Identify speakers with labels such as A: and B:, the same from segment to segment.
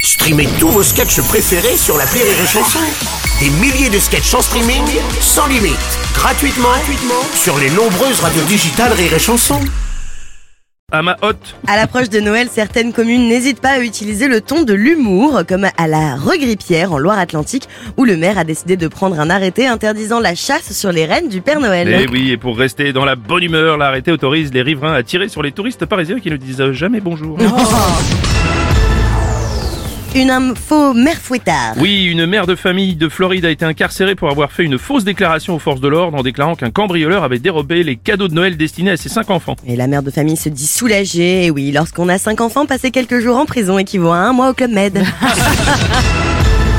A: Streamez tous vos sketchs préférés sur la Rire et Chanson. Des milliers de sketchs en streaming, sans limite, gratuitement, gratuitement sur les nombreuses radios digitales Rire et Chanson.
B: À ma hotte,
C: À l'approche de Noël, certaines communes n'hésitent pas à utiliser le ton de l'humour, comme à la Regrippière en Loire-Atlantique, où le maire a décidé de prendre un arrêté interdisant la chasse sur les rennes du Père Noël.
B: Eh oui, et pour rester dans la bonne humeur, l'arrêté autorise les riverains à tirer sur les touristes parisiens qui ne disent jamais bonjour.
C: Une info mère fouettard.
B: Oui, une mère de famille de Floride a été incarcérée pour avoir fait une fausse déclaration aux forces de l'ordre en déclarant qu'un cambrioleur avait dérobé les cadeaux de Noël destinés à ses cinq enfants.
C: Et la mère de famille se dit soulagée. Et oui, lorsqu'on a cinq enfants, passer quelques jours en prison équivaut à un mois au Club Med.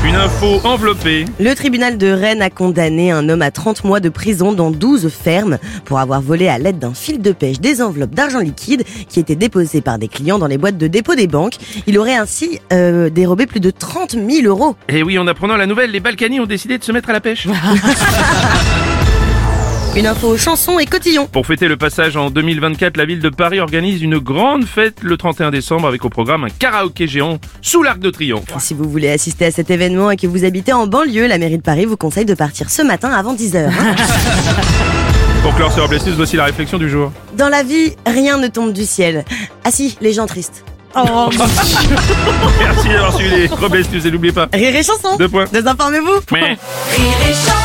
B: Une info enveloppée.
C: Le tribunal de Rennes a condamné un homme à 30 mois de prison dans 12 fermes pour avoir volé à l'aide d'un fil de pêche des enveloppes d'argent liquide qui étaient déposées par des clients dans les boîtes de dépôt des banques. Il aurait ainsi euh, dérobé plus de 30 000 euros.
B: Et Eh oui, en apprenant la nouvelle, les Balkany ont décidé de se mettre à la pêche.
C: Une info chanson et cotillon.
B: Pour fêter le passage en 2024, la ville de Paris organise une grande fête le 31 décembre avec au programme un karaoké géant sous l'Arc de Triomphe.
C: Si vous voulez assister à cet événement et que vous habitez en banlieue, la mairie de Paris vous conseille de partir ce matin avant hein. 10h.
B: Pour clore sur Blestus, voici la réflexion du jour.
C: Dans la vie, rien ne tombe du ciel. Ah si, les gens tristes.
B: Oh. Merci d'avoir suivi les Robles News et n'oubliez pas.
C: Rire et chanson.
B: Deux points.
C: Désinformez-vous.
B: Mouais.
D: Rire et chanson